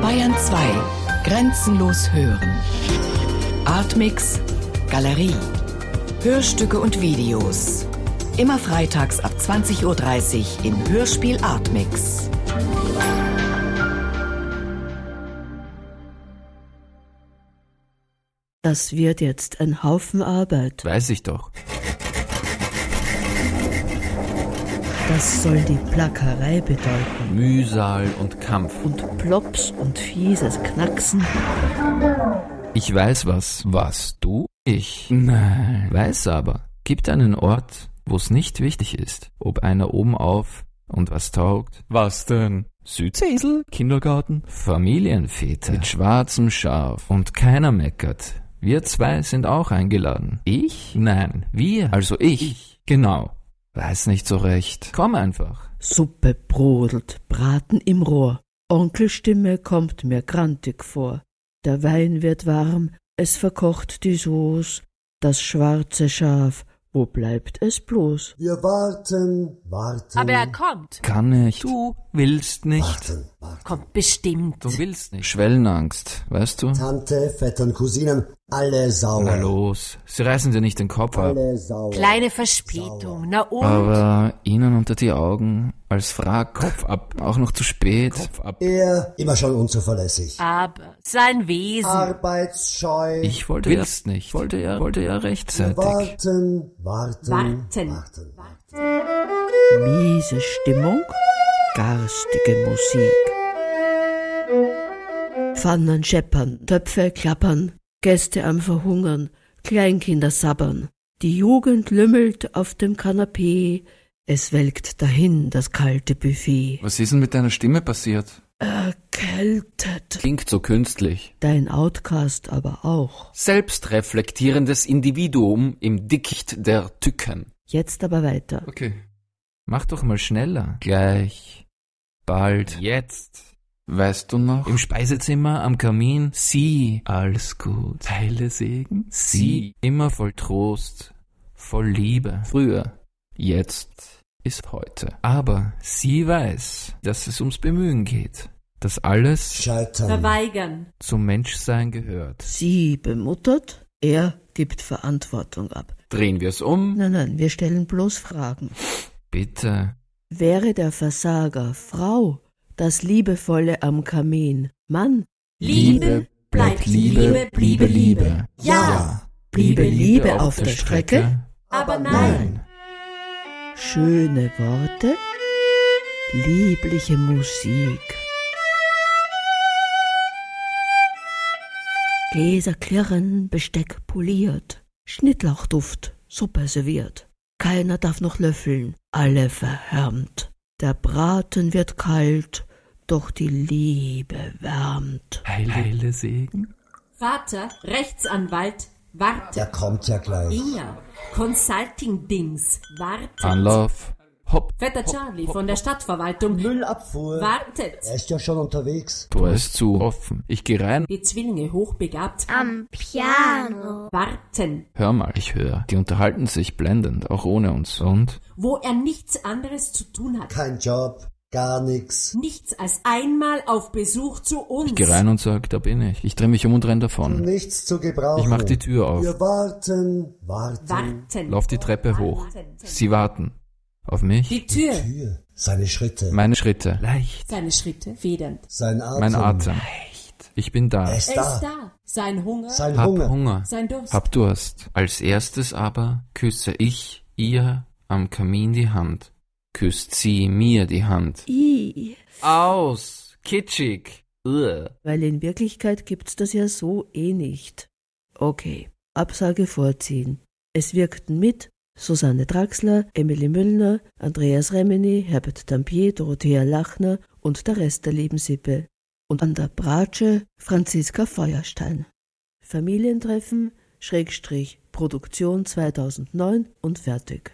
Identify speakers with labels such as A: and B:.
A: Bayern 2. Grenzenlos hören. Artmix. Galerie. Hörstücke und Videos. Immer freitags ab 20.30 Uhr im Hörspiel Artmix.
B: Das wird jetzt ein Haufen Arbeit.
C: Weiß ich doch.
B: Das soll die Plackerei bedeuten.
C: Mühsal und Kampf.
B: Und Plops und fieses Knacksen.
C: Ich weiß was.
D: Was, du?
C: Ich
D: Nein.
C: weiß aber, gibt einen Ort, wo es nicht wichtig ist, ob einer oben auf und was taugt.
D: Was denn?
C: Südsesel?
D: Kindergarten?
C: Familienväter mit schwarzem Schaf und keiner meckert. Wir zwei sind auch eingeladen. Ich? Nein, wir. Also ich. Genau. Weiß nicht so recht. Komm einfach.
B: Suppe brodelt, Braten im Rohr. Onkelstimme kommt mir grantig vor. Der Wein wird warm, es verkocht die Soß. Das schwarze Schaf, wo bleibt es bloß?
E: Wir warten, warten.
F: Aber er kommt.
C: Kann nicht. Du willst nicht.
E: warten, warten.
F: Kommt bestimmt.
C: Du willst nicht. Schwellenangst, weißt du?
E: Tante, Vettern, Cousinen, alle sauer.
C: Na los. Sie reißen dir nicht den Kopf ab.
E: Alle sauer.
F: Kleine Verspätung. Na und?
C: Aber ihnen unter die Augen, als Frag, Kopf ab, auch noch zu spät. Kopf ab.
E: Er, immer schon unzuverlässig.
F: Ah. Aber sein Wesen.
E: Arbeitsscheu.
C: Ich wollte willst ja, nicht. Wollte ja, wollte ja rechtzeitig.
E: warten, warten,
F: Warten.
E: warten.
B: Miese Stimmung, garstige Musik. Pfannen scheppern, Töpfe klappern, Gäste am Verhungern, Kleinkinder sabbern. Die Jugend lümmelt auf dem Kanapee, es welkt dahin das kalte Buffet.
C: Was ist denn mit deiner Stimme passiert?
B: Erkältet.
C: Klingt so künstlich.
B: Dein Outcast aber auch.
C: Selbstreflektierendes Individuum im Dickicht der Tücken.
B: Jetzt aber weiter.
C: Okay. Mach doch mal schneller. Gleich. Bald. Jetzt. Weißt du noch? Im Speisezimmer, am Kamin. Sie. Alles gut. Heile Segen. Sie. Immer voll Trost. Voll Liebe. Früher. Jetzt. Ist heute. Aber sie weiß, dass es ums Bemühen geht. Dass alles
E: Scheitern.
F: Verweigern.
C: zum Menschsein gehört.
B: Sie bemuttert, er gibt Verantwortung ab.
C: Drehen wir es um.
B: Nein, nein, wir stellen bloß Fragen.
C: Bitte.
B: Wäre der Versager Frau, das Liebevolle am Kamin Mann,
F: Liebe bleibt Liebe, bliebe Liebe. Ja.
B: bliebe Liebe auf der Strecke,
F: Aber nein.
B: schöne Worte, liebliche Musik. Gläser klirren, Besteck poliert, Schnittlauchduft, Suppe serviert. Keiner darf noch löffeln, alle verhärmt. Der Braten wird kalt, doch die Liebe wärmt.
C: Heile, Segen.
F: Vater, Rechtsanwalt, warte.
E: Der kommt ja gleich.
F: Inga, Consulting Dings, wartet.
C: Anlauf. Hopp.
F: Vetter Charlie von der Stadtverwaltung,
E: Müllabfuhr.
F: wartet.
E: Er ist ja schon unterwegs.
C: Tor ist zu. Offen. Ich geh rein.
F: Wir Zwillinge hochbegabt,
G: Am Piano.
F: warten.
C: Hör mal, ich höre. Die unterhalten sich blendend, auch ohne uns. Und?
F: Wo er nichts anderes zu tun hat.
E: Kein Job, gar nix.
F: Nichts als einmal auf Besuch zu uns.
C: Ich geh rein und sag, da bin ich. Ich dreh mich um und renn davon.
E: Nichts zu gebrauchen.
C: Ich mach die Tür auf.
E: Wir warten, warten.
F: Warten.
C: Lauf die Treppe hoch. Sie warten. Auf mich.
F: Die Tür.
E: Tür. Seine Schritte.
C: Meine Schritte. Leicht.
F: Seine Schritte federnd.
E: Sein Atem.
C: Mein Atem. Ich bin da.
E: Er ist
F: Er
E: da.
F: ist da. Sein Hunger.
E: Sein
C: Hab
E: Hunger.
C: Hunger.
F: sein Durst.
C: Hab Durst. Als erstes aber küsse ich ihr am Kamin die Hand. Küsst sie mir die Hand.
B: I.
C: Aus! Kitschig! Ugh.
B: Weil in Wirklichkeit gibt's das ja so eh nicht. Okay, Absage vorziehen. Es wirkten mit Susanne Draxler, Emily Müllner, Andreas Remini, Herbert Dampier, Dorothea Lachner und der Rest der Lebensippe. Und an der Bratsche Franziska Feuerstein. Familientreffen, Schrägstrich, Produktion 2009 und fertig.